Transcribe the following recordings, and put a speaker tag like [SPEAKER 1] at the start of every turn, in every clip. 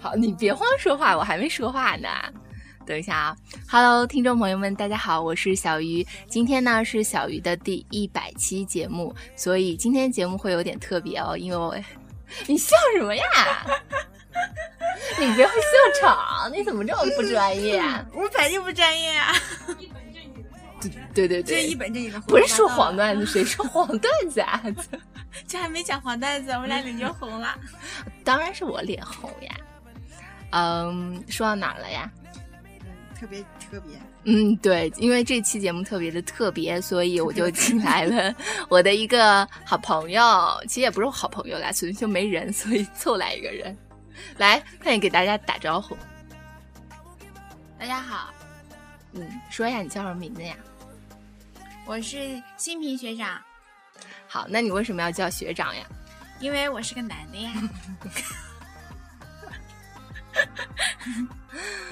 [SPEAKER 1] 好，你别慌说话，我还没说话呢。等一下啊，Hello，听众朋友们，大家好，我是小鱼。今天呢是小鱼的第一百期节目，所以今天节目会有点特别哦，因为我，你笑什么呀？你别会笑场，你怎么这么不专业啊？
[SPEAKER 2] 我肯定不专业啊！
[SPEAKER 1] 对对
[SPEAKER 2] 这
[SPEAKER 1] 对，
[SPEAKER 2] 一本正经的胡
[SPEAKER 1] 不
[SPEAKER 2] 说
[SPEAKER 1] 是说
[SPEAKER 2] 八道，
[SPEAKER 1] 黄段子，谁说黄段子啊？
[SPEAKER 2] 这还没讲黄段子，我们俩脸就红了。
[SPEAKER 1] 当然是我脸红呀。嗯，说到哪儿了呀？
[SPEAKER 2] 特别特别，
[SPEAKER 1] 嗯，对，因为这期节目特别的特别，所以我就请来了我的一个好朋友，其实也不是我好朋友啦，纯粹就没人，所以凑来一个人。来，快点给大家打招呼。
[SPEAKER 2] 大家好，
[SPEAKER 1] 嗯，说一下你叫什么名字呀？
[SPEAKER 2] 我是新平学长，
[SPEAKER 1] 好，那你为什么要叫学长呀？
[SPEAKER 2] 因为我是个男的呀。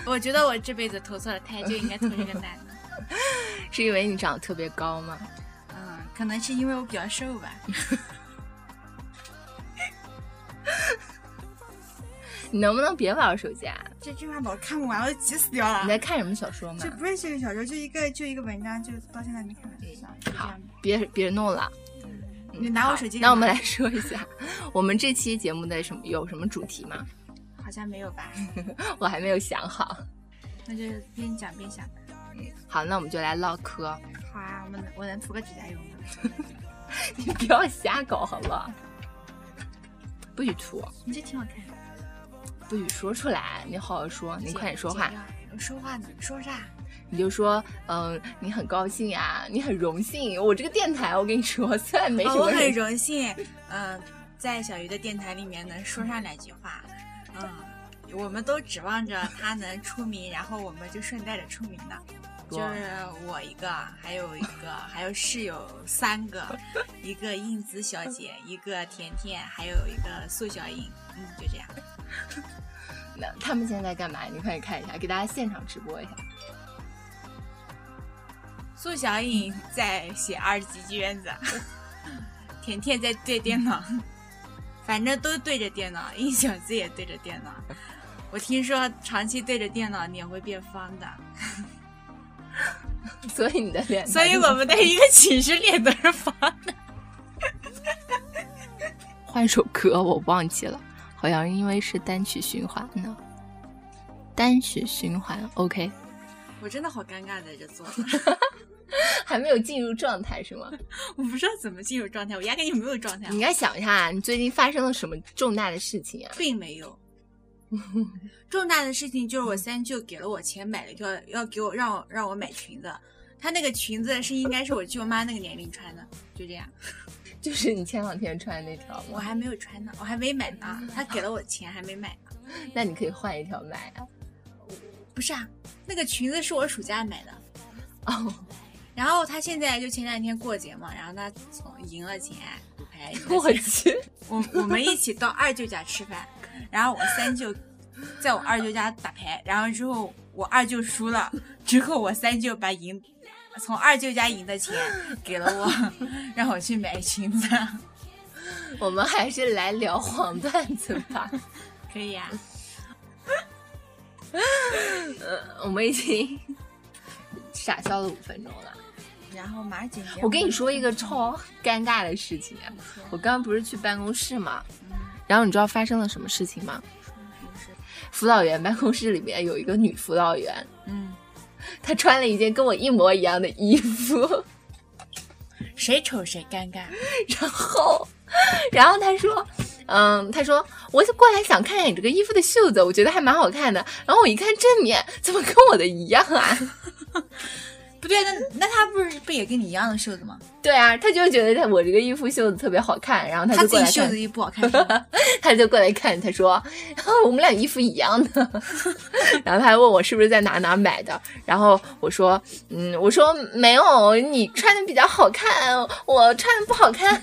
[SPEAKER 2] 我觉得我这辈子投错了胎，就应该投这个男的。
[SPEAKER 1] 是因为你长得特别高吗？
[SPEAKER 2] 嗯，可能是因为我比较瘦吧。
[SPEAKER 1] 你能不能别玩手机啊？
[SPEAKER 3] 这句话老看不完，我都急死掉了。
[SPEAKER 1] 你在看什么小说吗
[SPEAKER 3] 这？不认识一个小说，就一个就一个文章，就到现在没看完。就这样就这
[SPEAKER 1] 好
[SPEAKER 3] 样吧，
[SPEAKER 1] 别别弄了。嗯
[SPEAKER 2] 你拿我
[SPEAKER 1] 好
[SPEAKER 2] 手机干
[SPEAKER 1] 那我们
[SPEAKER 2] 嘛
[SPEAKER 1] 来说一下，我们这期节目的什么有什么主题吗？
[SPEAKER 2] 好像没有吧？
[SPEAKER 1] 我还没有想好。
[SPEAKER 2] 那就边讲边想吧。
[SPEAKER 1] 好，那我们就来唠嗑。
[SPEAKER 2] 好啊，我们我能涂个指甲油吗？
[SPEAKER 1] 你 不要瞎搞好不好？不许吐，
[SPEAKER 2] 你这挺好看的。
[SPEAKER 1] 不许说出来，你好好说，你快点说话
[SPEAKER 2] 姐，。我说话呢，说啥？
[SPEAKER 1] 你就说，嗯，你很高兴呀、你很荣幸，我这个电台，我跟你说，虽然没什
[SPEAKER 2] 哦我
[SPEAKER 1] 么
[SPEAKER 2] 很
[SPEAKER 1] 人，
[SPEAKER 2] 荣幸，嗯、在小鱼的电台里面能说上两句话，嗯，我们都指望着他能出名，然后我们就顺带着出名 了。就
[SPEAKER 1] 哇
[SPEAKER 2] 是我一个，还有一个，还有室友三个，一个英子小姐，一个甜甜，还有一个苏小颖，嗯，就这样。
[SPEAKER 1] 那他们现在干嘛？你快点看一下，给大家现场直播一下。
[SPEAKER 2] 苏小颖在写二级卷 子，啊甜甜在对电脑，反正都对着电脑，一小子也对着电脑。我听说长期对着电脑脸会变方的，
[SPEAKER 1] 所以你的脸，
[SPEAKER 2] 所以我们的一个寝室脸都是方的。
[SPEAKER 1] 换首歌，我忘记了，好像因为是单曲循环呢。单曲循环，OK，
[SPEAKER 2] 我真的好尴尬，在这坐着，
[SPEAKER 1] 还没有进入状态是吗？
[SPEAKER 2] 我不知道怎么进入状态，我压根就没有状态
[SPEAKER 1] 你，应该想一下，啊你最近发生了什么重大的事情啊？
[SPEAKER 2] 并没 有。重大的事情就是我三舅给了我钱买了一个，要给我让我让我买裙子，他那个裙子是应该是我舅妈那个年龄穿的，就这样。
[SPEAKER 1] 就是你前两天穿的那条
[SPEAKER 2] 我
[SPEAKER 1] 吗？
[SPEAKER 2] 还没有穿呢，我还没买呢。他给了我钱，还没买呢。
[SPEAKER 1] 那你可以换一条买啊。
[SPEAKER 2] 不是啊，那个裙子是我暑假买的。
[SPEAKER 1] 哦，
[SPEAKER 2] 然后他现在就前两天过节嘛，然后他从赢了钱，赌牌赢了
[SPEAKER 1] 我
[SPEAKER 2] 钱。
[SPEAKER 1] 去，
[SPEAKER 2] 我我们一起到二舅家吃 饭，然后我三舅在我二舅家打牌，然后之后我二舅输了，之后我三舅把赢从二舅家赢的 钱给了我，让我去买裙子，
[SPEAKER 1] 我们还是来聊黄段子吧。
[SPEAKER 2] 可以啊呀、
[SPEAKER 1] 呃我们已经傻笑了五分钟了。
[SPEAKER 2] 然后马上姐姐，
[SPEAKER 1] 我跟你说一个超尴尬的事情啊，我刚刚不是去办公室嘛，然后你知道发生了什么事情吗？辅导员办公室里面有一个女辅导员，
[SPEAKER 2] 嗯，
[SPEAKER 1] 她穿了一件跟我一模一样的衣服。
[SPEAKER 2] 谁丑谁尴尬。
[SPEAKER 1] 然后，然后他说，嗯，他说我就过来想看一下你这个衣服的袖子，我觉得还蛮好看的。然后我一看正面，怎么跟我的一样啊？
[SPEAKER 2] 不对，那那他不是不也跟你一样的袖子吗？
[SPEAKER 1] 对啊，他就觉得他我这个衣服袖子特别好看，然后他
[SPEAKER 2] 他
[SPEAKER 1] 就
[SPEAKER 2] 自
[SPEAKER 1] 过
[SPEAKER 2] 己
[SPEAKER 1] 来
[SPEAKER 2] 袖
[SPEAKER 1] 看，
[SPEAKER 2] 子也不好看，是吗
[SPEAKER 1] 他就过来看，他说、 啊我们俩衣服一样的， 然后他还问我是不是在哪哪买的，然后我说，嗯，我说没有，你穿的比较好看，我穿的不好看。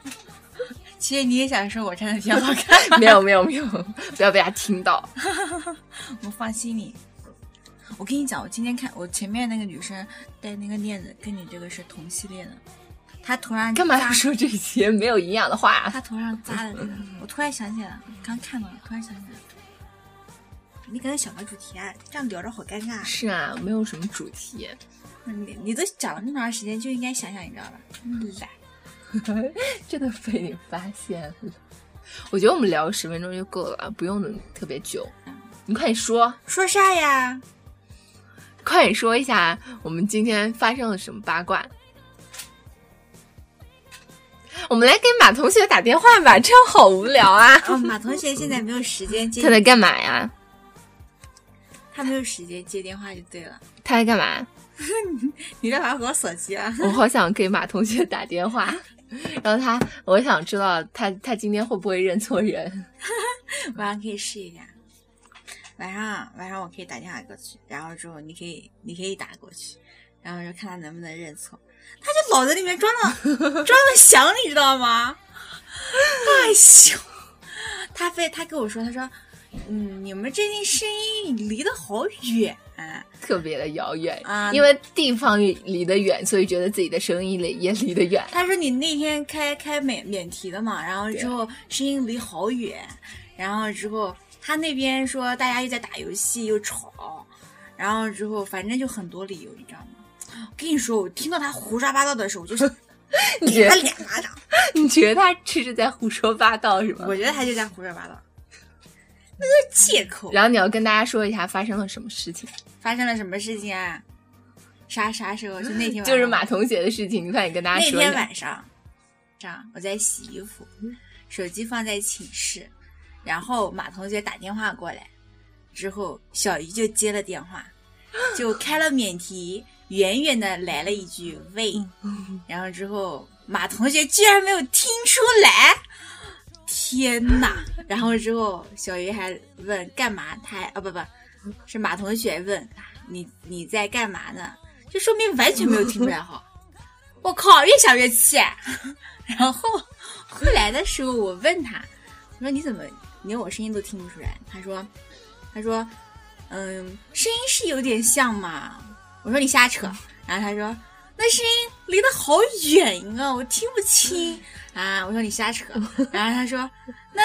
[SPEAKER 2] 其实你也想说我穿的挺好看，
[SPEAKER 1] 没有没有没有，不要被他听到。
[SPEAKER 2] 我放心你。我跟你讲，我今天看我前面那个女生戴那个链子，跟你这个是同系列的。她头上
[SPEAKER 1] 干嘛要
[SPEAKER 2] 扎？
[SPEAKER 1] 说这些没有营养的话？ 啊
[SPEAKER 2] 她头上扎的那个，我突然想起来了，刚看到了，突然想起来了。你给他想个主题啊，这样聊着好尴尬啊。
[SPEAKER 1] 是啊，没有什么主题。
[SPEAKER 2] 你你都讲了那么长时间，就应该想想，你知道吧？懒。
[SPEAKER 1] 这都被你发现了。我觉得我们聊十分钟就够了，不用特别久。你快点说，
[SPEAKER 2] 说啥呀？
[SPEAKER 1] 快点说一下我们今天发生了什么八卦。我们来给马同学打电话吧，这样好无聊啊！
[SPEAKER 2] 哦，马同学现在没有时间接
[SPEAKER 1] 他，在干嘛呀？
[SPEAKER 2] 他没有时间接电话就对了。
[SPEAKER 1] 他在干嘛？
[SPEAKER 2] 你这把我所急啊！
[SPEAKER 1] 我好想给马同学打电话， 然后他，我想知道他他今天会不会认错人。
[SPEAKER 2] 晚上可以试一下。晚上啊晚上我可以打电话过去，然后之后你可以你可以打过去，然后就看他能不能认错。他就脑子里面装的装的响，你知道吗？哎呦，他非他跟我说，他说，嗯，你们最近声音离得好远
[SPEAKER 1] 特别的遥远，
[SPEAKER 2] 啊，
[SPEAKER 1] 因为地方离得远，所以觉得自己的声音离也离得 远。
[SPEAKER 2] 他说你那天开开免免提的嘛，然后之后声音离好远，然后之后他那边说大家又在打游戏又吵，然后之后反正就很多理由，你知道吗？我跟你说，我听到他胡说八道的时候，我就
[SPEAKER 1] 你
[SPEAKER 2] 给
[SPEAKER 1] 觉
[SPEAKER 2] 他
[SPEAKER 1] 得
[SPEAKER 2] 两巴掌。
[SPEAKER 1] 你觉得他这是在胡说八道是吗
[SPEAKER 2] 我？觉得他就在胡说八道， 那都是借口。
[SPEAKER 1] 然后你要跟大家说一下发生了什么事情，
[SPEAKER 2] 发生了什么事情啊？啥啥时候？就那天晚上，
[SPEAKER 1] 就是马同学的事情，你快点跟大家
[SPEAKER 2] 啊那
[SPEAKER 1] 说一下。
[SPEAKER 2] 天
[SPEAKER 1] 嗯
[SPEAKER 2] 晚上，这样我在洗衣服，手机放在寝室，然后马同学打电话过来，之后小鱼就接了电话，就开了免提，远远的来了一句“喂”，
[SPEAKER 1] 嗯
[SPEAKER 2] 然后之后马同学居然没有听出来。天呐！然后之后，小鱼还问干嘛？他还啊不不，是马同学问你你在干嘛呢？就说明完全没有听出来哈。我靠，越想越气。 然后后来的时候，我问他，我说你怎么连我声音都听不出来？他说，他说，嗯，声音是有点像嘛。我说你瞎扯。然后他说，那声音离得好远啊，我听不清啊。我说你瞎扯。然后他说，那。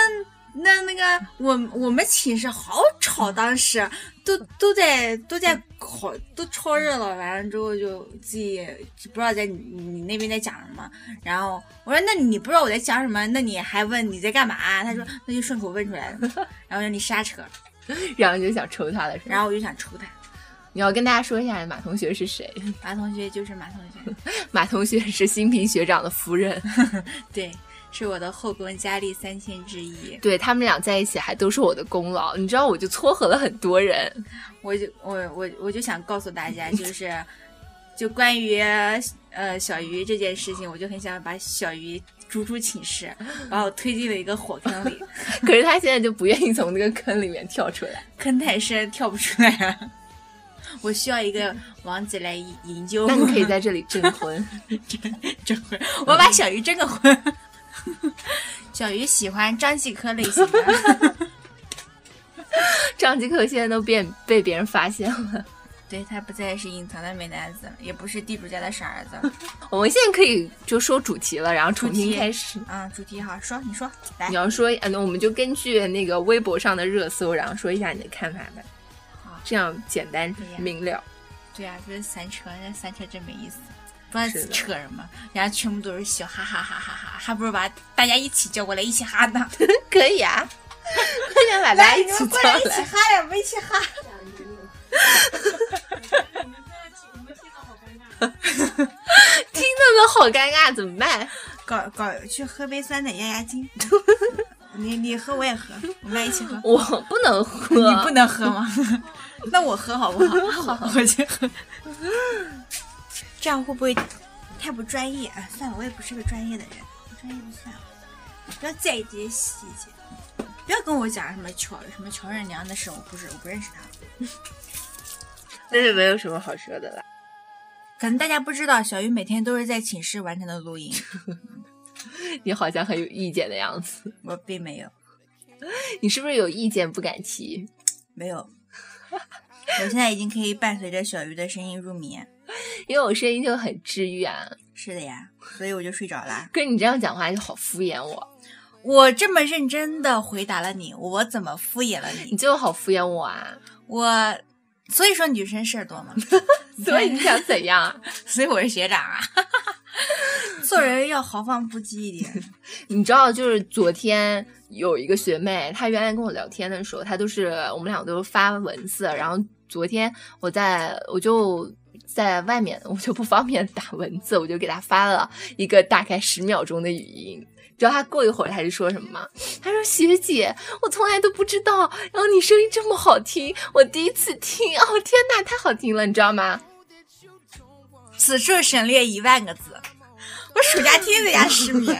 [SPEAKER 2] 那那个，我我们寝室好吵，当时都都在都在好都超热了，完了之后就自己不知道在你你那边在讲什么。然后我说：“那你不知道我在讲什么？那你还问你在干嘛、他说：“那就顺口问出来了。”然后我说：“你瞎扯。
[SPEAKER 1] 然后你就想抽他了是”
[SPEAKER 2] 然
[SPEAKER 1] 吗？
[SPEAKER 2] 后我就想抽他。
[SPEAKER 1] 你要跟大家说一下马同学是谁。
[SPEAKER 2] 马同学就是马同学，
[SPEAKER 1] 马同学是新平学长的夫人，
[SPEAKER 2] 对，是我的后宫佳丽三千之一。
[SPEAKER 1] 对他们俩在一起还都是我的功劳。你知道，我就撮合了很多人。
[SPEAKER 2] 我就我我我就想告诉大家，就是就关于呃小鱼这件事情，我就很想把小鱼逐出寝室，把我推进了一个火坑里。
[SPEAKER 1] 可是他现在就不愿意从那个坑里面跳出 来。
[SPEAKER 2] 坑太深，跳不出来啊！ 我需要一个王子来营救我。
[SPEAKER 1] 那你可以在这里证婚。
[SPEAKER 2] 征婚，我 把小鱼征个婚。 小鱼喜欢张继科类型的，
[SPEAKER 1] 张继科现在都变被别人发现了。
[SPEAKER 2] 对他不再是隐藏的美男子了，也不是地主家的傻儿子了。
[SPEAKER 1] 我们现在可以就说主题了，然后重新
[SPEAKER 2] 主题
[SPEAKER 1] 开始。
[SPEAKER 2] 嗯，主题好说，你说来
[SPEAKER 1] 你。要说，嗯，那我们就根据那个微博上的热搜，然后说一下你的看法吧
[SPEAKER 2] 好。
[SPEAKER 1] 这样简单
[SPEAKER 2] 可以啊
[SPEAKER 1] 明了。
[SPEAKER 2] 对啊，就是散车，那散车真没意思，不知
[SPEAKER 1] 是
[SPEAKER 2] 道
[SPEAKER 1] 的
[SPEAKER 2] 扯什么，人家全部都是笑，哈哈哈哈哈，还不如把大家一起叫过来一起哈呢。
[SPEAKER 1] 可以啊， 快点把大家一起叫来。
[SPEAKER 2] 哈呀，我们一起哈。
[SPEAKER 1] 听到都好尴尬，怎么办？
[SPEAKER 4] 搞搞去喝杯酸奶压压惊。 你你喝我也喝，我们俩一起喝。
[SPEAKER 1] 我不 能喝，
[SPEAKER 2] 你不能喝 吗？那我喝好不 好？好，我去喝。
[SPEAKER 4] 这样会不会太不专业？啊算了，我也不是个专业的人，不专业就算了。
[SPEAKER 2] 不要在意这些细节，不要跟我讲什么乔什么乔任梁的事，我不是我不认识他。
[SPEAKER 1] 那就没有什么好说的了。
[SPEAKER 2] 可能大家不知道，小鱼每天都是在寝室完成的录音，
[SPEAKER 1] 你好像很有意见的样子，
[SPEAKER 2] 我并没有，
[SPEAKER 1] 你是不是有意见不敢提？
[SPEAKER 2] 没有。 我现在已经可以伴随着小鱼的声音入眠。
[SPEAKER 1] 因为我声音就很治愈啊，
[SPEAKER 2] 是的呀，所以我就睡着啦。
[SPEAKER 1] 可是你这样讲话就好敷衍我。
[SPEAKER 5] 我这么认真的回答了你，我怎么敷衍了
[SPEAKER 1] 你
[SPEAKER 5] 你？
[SPEAKER 1] 就好敷衍我啊！
[SPEAKER 5] 我所以说女生事儿多 嘛，
[SPEAKER 1] 所以你想怎样啊？
[SPEAKER 5] 所以我是学长啊。
[SPEAKER 2] 做人要豪放不羁一点。
[SPEAKER 1] 你知道，就是昨天有一个学妹，她原来跟我聊天的时候，她都是我们俩都是发文字，然后昨天我在我就。在外面我就不方便打文字，我就给她发了一个大概十秒钟的语音。你知道她过一会儿她是说什么吗？她说：“学姐，我从来都不知道，然后你声音这么好听，我第一次听，哦天呐，太好听了，你知道吗？”
[SPEAKER 5] 此处省略一万个字。
[SPEAKER 2] 我暑假天天在家失 眠，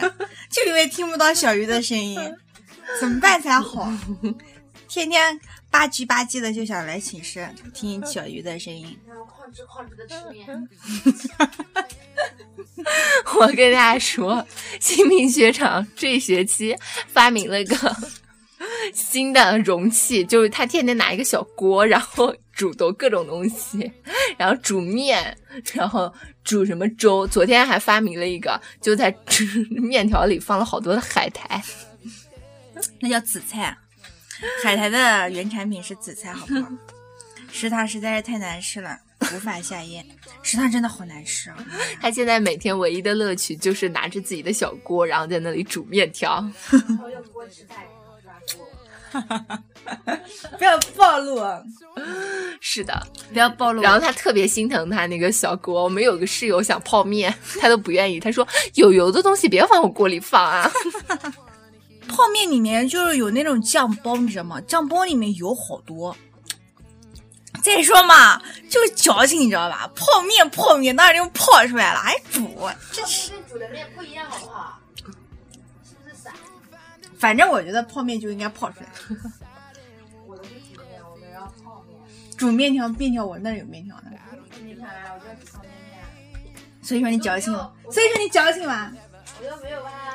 [SPEAKER 2] 就因为听不到小鱼的声音，怎么办才好？天天吧唧吧唧的就想来寝室听小鱼的声音。
[SPEAKER 6] 嗯
[SPEAKER 1] 我跟大家说，新民学长这学期发明了一个 新的容器，就是他天天拿一个小锅，然后煮都各种东西，然后煮面，然后煮什么粥。昨天还发明了一个，就在面条里放了好多的海苔。
[SPEAKER 5] 那叫紫菜。海苔的原产品是紫菜，好不好？食堂实在是太难吃了，无法下咽。食堂真的好难吃啊！
[SPEAKER 1] 他现在每天唯一的乐趣就是拿着自己的小锅，然后在那里煮面条。
[SPEAKER 2] 不要暴露，啊
[SPEAKER 1] 是的，
[SPEAKER 5] 不要暴露
[SPEAKER 1] 然后他特别心疼他那个小锅。我们有个室友想泡面， 他都不愿意。他说有油的东西别往我锅里放啊。
[SPEAKER 5] 泡面里面就是有那种酱包，你知道吗？酱包里面油好多。再说嘛，就是矫情，你知道吧？泡面泡面当然就泡出来了，还煮。
[SPEAKER 2] 反正我觉得泡面就应该泡出来。煮面条，面条我那儿有面条呢。
[SPEAKER 6] 啊
[SPEAKER 2] 所以说你矫情了，所以说你矫情吧。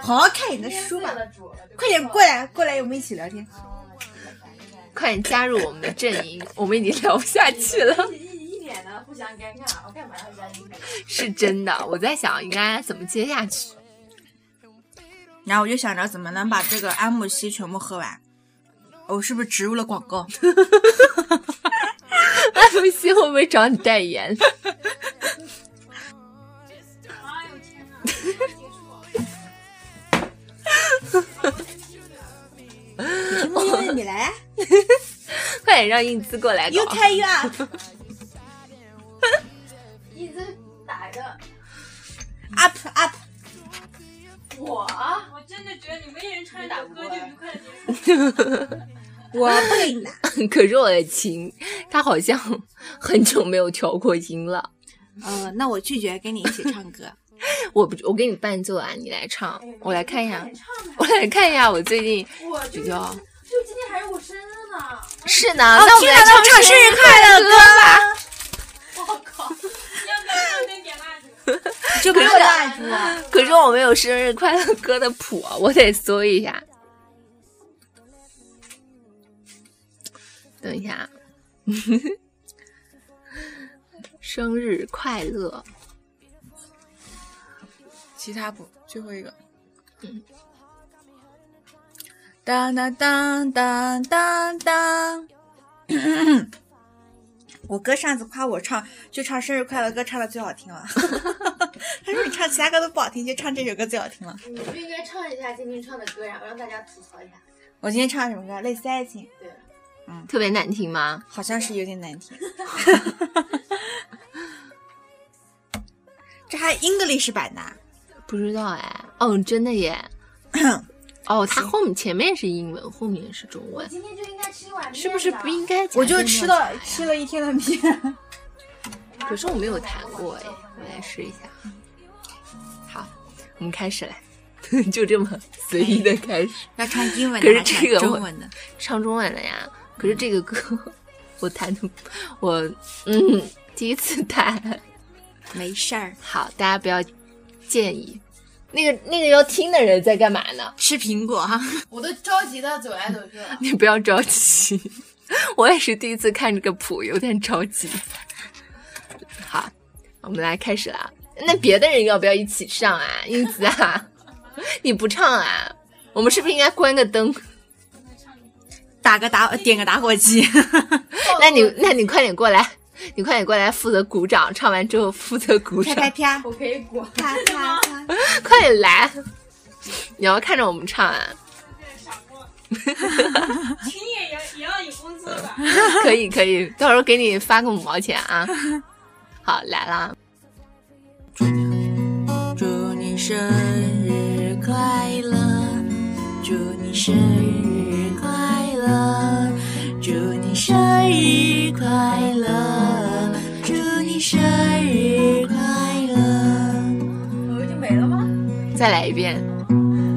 [SPEAKER 2] 好好看你的书吧，快点过来，过来，我们一起聊天。
[SPEAKER 1] 快点加入我们的阵营，我们已经聊不下去了。 是真的，我在想应该怎么接下去。
[SPEAKER 5] 然后我就想着怎么能把这个安慕希全部喝完。我、是不是植入了广告？
[SPEAKER 1] 安慕希会不会找你代言？
[SPEAKER 2] 你来啊
[SPEAKER 1] 快点让英姿过来搞
[SPEAKER 2] ，You。can you up，
[SPEAKER 6] 一直打着
[SPEAKER 2] up up，
[SPEAKER 6] 我，我真的觉得你们一人唱一首歌就愉快的结束。
[SPEAKER 2] 我不给你打。
[SPEAKER 1] 可是我的琴，它好像很久没有调过音了。
[SPEAKER 2] 呃，那我拒绝跟你一起唱歌。
[SPEAKER 1] 我不，我给你伴奏啊，你来唱，我来看一下
[SPEAKER 6] 快，点唱吧
[SPEAKER 1] 我来看一下我最近
[SPEAKER 6] 我就
[SPEAKER 1] 比较。
[SPEAKER 6] 就今天还是我生日呢，
[SPEAKER 1] 是哦呢，那我们来
[SPEAKER 2] 天哪
[SPEAKER 1] 唱
[SPEAKER 2] 哦 那唱生日快乐歌
[SPEAKER 1] 吧。
[SPEAKER 6] 我靠，要不然得点蜡烛。
[SPEAKER 2] 就没有蜡烛啊。
[SPEAKER 1] 可是我没有生日快乐歌的谱啊，我得搜一下。等一下， 生日快乐！
[SPEAKER 5] 其他不，最后一个。嗯当当当当当当，
[SPEAKER 2] 我哥上次夸我唱，就唱生日快乐歌唱的最好听了。 他说你唱其他歌都不好听，就唱这首歌最好听了。
[SPEAKER 6] 你不应该唱一下今天唱的歌，然后让大家吐槽一下。
[SPEAKER 2] 我今天唱的什么歌？类似爱情，
[SPEAKER 6] 对，
[SPEAKER 1] 特别难听吗？
[SPEAKER 2] 好像是有点难 听。这还 English 版的啊，
[SPEAKER 1] 不知道哎。哦，真的 耶。哦，它后面前面是英文，后面是中
[SPEAKER 6] 我
[SPEAKER 1] 文，
[SPEAKER 6] 今天就应该吃一碗面的
[SPEAKER 1] 是不是不应？该？
[SPEAKER 2] 我就吃到吃了一天的 面。
[SPEAKER 1] 可是我没有弹过哎，我来试一下。好，我们开始来， 就这么随意的开始
[SPEAKER 5] 要唱英文
[SPEAKER 1] 可是
[SPEAKER 5] 还
[SPEAKER 1] 这个
[SPEAKER 5] 唱
[SPEAKER 1] 我
[SPEAKER 5] 中文的？
[SPEAKER 1] 唱中文了呀。可是这个歌 我弹的，我嗯第一次弹，
[SPEAKER 5] 没事儿，
[SPEAKER 1] 好，大家不要介意。那个那个要听的人在干嘛呢？
[SPEAKER 5] 吃苹果哈。
[SPEAKER 6] 我都着急的走来走去了。
[SPEAKER 1] 你不要着急， 我也是第一次看这个谱，有点着急。 好，我们来开始 了。那别的人要不要一起上啊？英子啊，你不唱啊？我们是不是应该关个灯？
[SPEAKER 2] 打个打点个打火 机，
[SPEAKER 1] 那你那你快点过来，你快点过来负责鼓掌，唱完之后负责鼓
[SPEAKER 7] 啪
[SPEAKER 1] 掌，
[SPEAKER 7] 啪啪
[SPEAKER 6] 我可以滚。
[SPEAKER 7] 啪啪啪，
[SPEAKER 1] 快点来！你要看着我们 唱啊，
[SPEAKER 6] 请你也要也要有工资吧？
[SPEAKER 1] 可以可以，到时候给你发个五毛钱 啊。好，来啊啦！
[SPEAKER 2] 祝你生日快乐，祝你生日快乐，祝你生日快乐，祝你生日快乐。
[SPEAKER 6] 我就没了吗？
[SPEAKER 1] 再来一遍。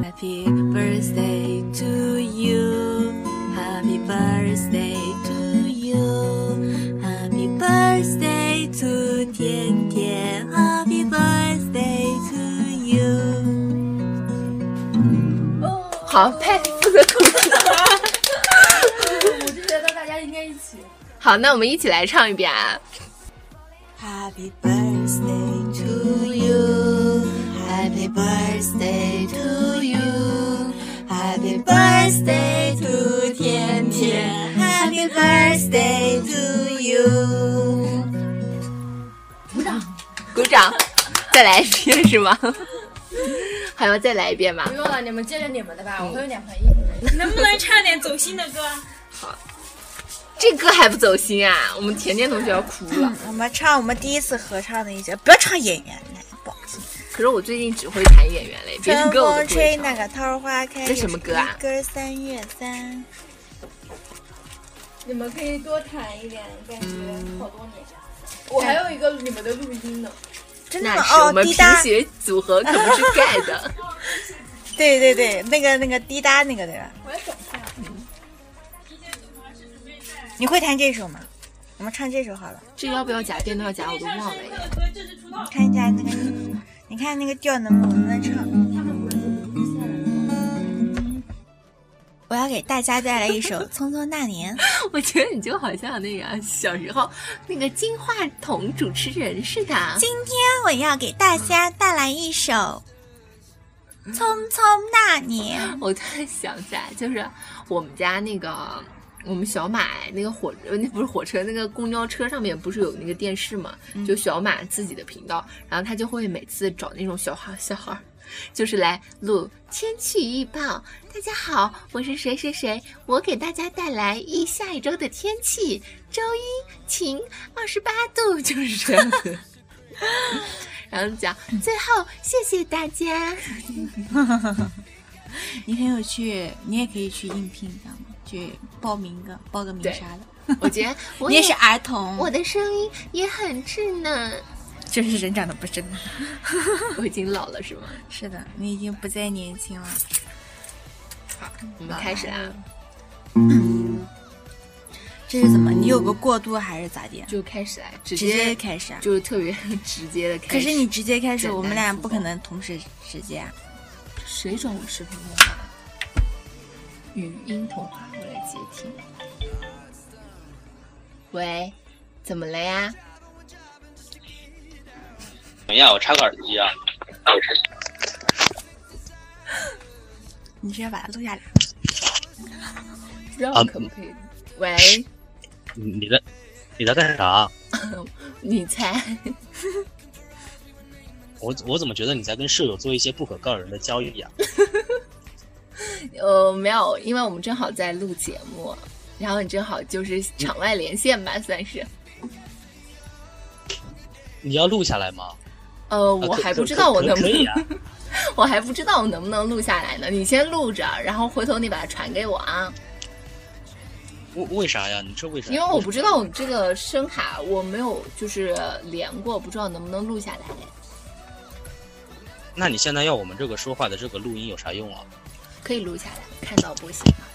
[SPEAKER 2] Happy birthday to you, Happy birthday to you, Happy birthday to 甜甜，Happy birthday to you。
[SPEAKER 1] 好，呸，负责控制。
[SPEAKER 6] 我就觉得大家应该一起。
[SPEAKER 1] 好，那我们一起来唱一遍啊！
[SPEAKER 2] Happy birthday to you. Happy birthday to you. Happy birthday to 甜甜。Happy birthday to you.
[SPEAKER 1] 鼓掌，再来一遍是 吗？还要再来一遍吗
[SPEAKER 6] 不？用了，你们接着你们的吧，我会有两盘衣服。能不能唱点走心的歌？
[SPEAKER 1] 这歌还不走心啊！我们甜甜同学要哭了。
[SPEAKER 7] 我们唱我们第一次合唱的一些，不要唱演员来，不好听。
[SPEAKER 1] 可是我最近只会弹演员 类，别的
[SPEAKER 7] 春
[SPEAKER 1] 歌我
[SPEAKER 7] 风
[SPEAKER 1] 都不会
[SPEAKER 7] 吹，
[SPEAKER 1] 唱。
[SPEAKER 7] 那个桃花开。
[SPEAKER 1] 这什么歌啊
[SPEAKER 7] 一根三月三。
[SPEAKER 6] 你们可以多弹一点，感觉好多年了。我还有一个你们的录音呢，
[SPEAKER 7] 真的
[SPEAKER 1] 那
[SPEAKER 7] 吗？
[SPEAKER 1] 是我
[SPEAKER 7] 哦，
[SPEAKER 1] 们
[SPEAKER 7] 滴
[SPEAKER 1] 贫
[SPEAKER 7] 答，
[SPEAKER 1] 血组合，可不是盖的。
[SPEAKER 7] 对对对，那个那个滴答那个对吧？
[SPEAKER 6] 我要找一下。
[SPEAKER 7] 你会弹这首吗？我们唱这首好了。
[SPEAKER 1] 这要不要夹变调夹，我都忘了呀。
[SPEAKER 6] 歌正式出道。
[SPEAKER 7] 看一下那个，你看那个调能不能唱？我要给大家带来一首《匆匆那 年》。
[SPEAKER 1] 我觉得你就好像那个小时候那个金话筒主持人似的。
[SPEAKER 7] 今天我要给大家带来一首《匆匆那年》。
[SPEAKER 1] 我突然想起来，就是我们家那个我们小马那个火呃那不是火车那个公交车上面不是有那个电视嘛？
[SPEAKER 2] 嗯
[SPEAKER 1] 就小马自己的频道，然后他就会每次找那种小孩小孩儿。就是来录天气预报。大家好，我是谁谁谁，我给大家带来一下一周的天气。周一晴，二十八度，就是这样子。 然后讲，最后谢谢大家。
[SPEAKER 2] 你很有趣，你也可以去应聘，知道吗？去报名个报个名
[SPEAKER 1] 对
[SPEAKER 2] 啥的。
[SPEAKER 1] 我觉得我
[SPEAKER 2] 你也是儿童，
[SPEAKER 1] 我的声音也很稚嫩。
[SPEAKER 2] 就是人长得不啊真的。
[SPEAKER 1] 我已经老了是吗？
[SPEAKER 2] 是的，你已经不再年轻了。
[SPEAKER 1] 我们开始啊，
[SPEAKER 2] 这是怎
[SPEAKER 8] 嗯
[SPEAKER 2] 么？你有个过渡还是咋的？啊
[SPEAKER 1] 就开始来，直
[SPEAKER 2] 直接
[SPEAKER 1] 接
[SPEAKER 2] 开始啊？
[SPEAKER 1] 就是特别 直接的开
[SPEAKER 2] 可
[SPEAKER 1] 始。
[SPEAKER 2] 是你直接开始，
[SPEAKER 1] 简单
[SPEAKER 2] 我们俩
[SPEAKER 1] 粗暴
[SPEAKER 2] 不可能同时直接啊。
[SPEAKER 1] 谁转我视频通话？语音通话，我来接听。喂，怎么了呀？
[SPEAKER 8] 等一下，我插个耳机啊。
[SPEAKER 2] 你直接把它录下来。
[SPEAKER 1] 不知道
[SPEAKER 8] 啊
[SPEAKER 1] 可不可以？喂，
[SPEAKER 8] 你在你在干啥？啊
[SPEAKER 1] 你 猜？
[SPEAKER 8] 我我怎么觉得你在跟舍友做一些不可告人的交易啊？
[SPEAKER 1] 呃，没有，因为我们正好在录节目，然后你正好就是场外连线吧，算是。
[SPEAKER 8] 你要录下来吗？
[SPEAKER 1] 呃，
[SPEAKER 8] 啊
[SPEAKER 1] 我
[SPEAKER 8] 可
[SPEAKER 1] 还
[SPEAKER 8] 可
[SPEAKER 1] 不知道我
[SPEAKER 8] 可
[SPEAKER 1] 能不
[SPEAKER 8] 可以啊。
[SPEAKER 1] 我还不知道我能不能录下来呢。你先录着，然后回头你把它传给我啊，
[SPEAKER 8] 为为啥呀？你这为啥？
[SPEAKER 1] 因为我不知道我这个声卡我没有就是连过，不知道能不能录下来。
[SPEAKER 8] 那你现在要我们这个说话的这个录音有啥用啊？
[SPEAKER 1] 可以录下来，看到不行吗？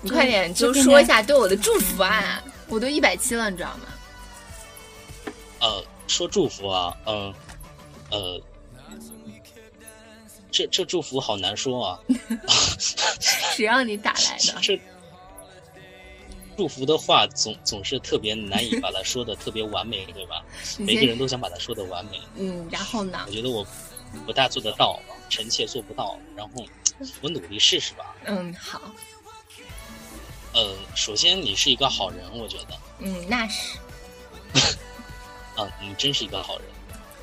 [SPEAKER 1] 你快点就说一下对我的祝福啊！我都一百七了，你知道吗？
[SPEAKER 8] 呃，说祝福啊，嗯、呃，这这祝福好难 说啊。
[SPEAKER 1] 谁让你打来的？
[SPEAKER 8] 这祝福的话总总是特别难以把它说的特别完美，对吧？
[SPEAKER 1] 你
[SPEAKER 8] 每个
[SPEAKER 1] 先
[SPEAKER 8] 人都想把它说的完美。
[SPEAKER 1] 嗯，然后呢
[SPEAKER 8] 我？觉得我不大做得到，臣妾做不到。然后我努力试试吧。
[SPEAKER 1] 嗯，好，
[SPEAKER 8] 呃，首先你是一个好人，我觉得，
[SPEAKER 1] 嗯，那是
[SPEAKER 8] 啊、你真是一个好人。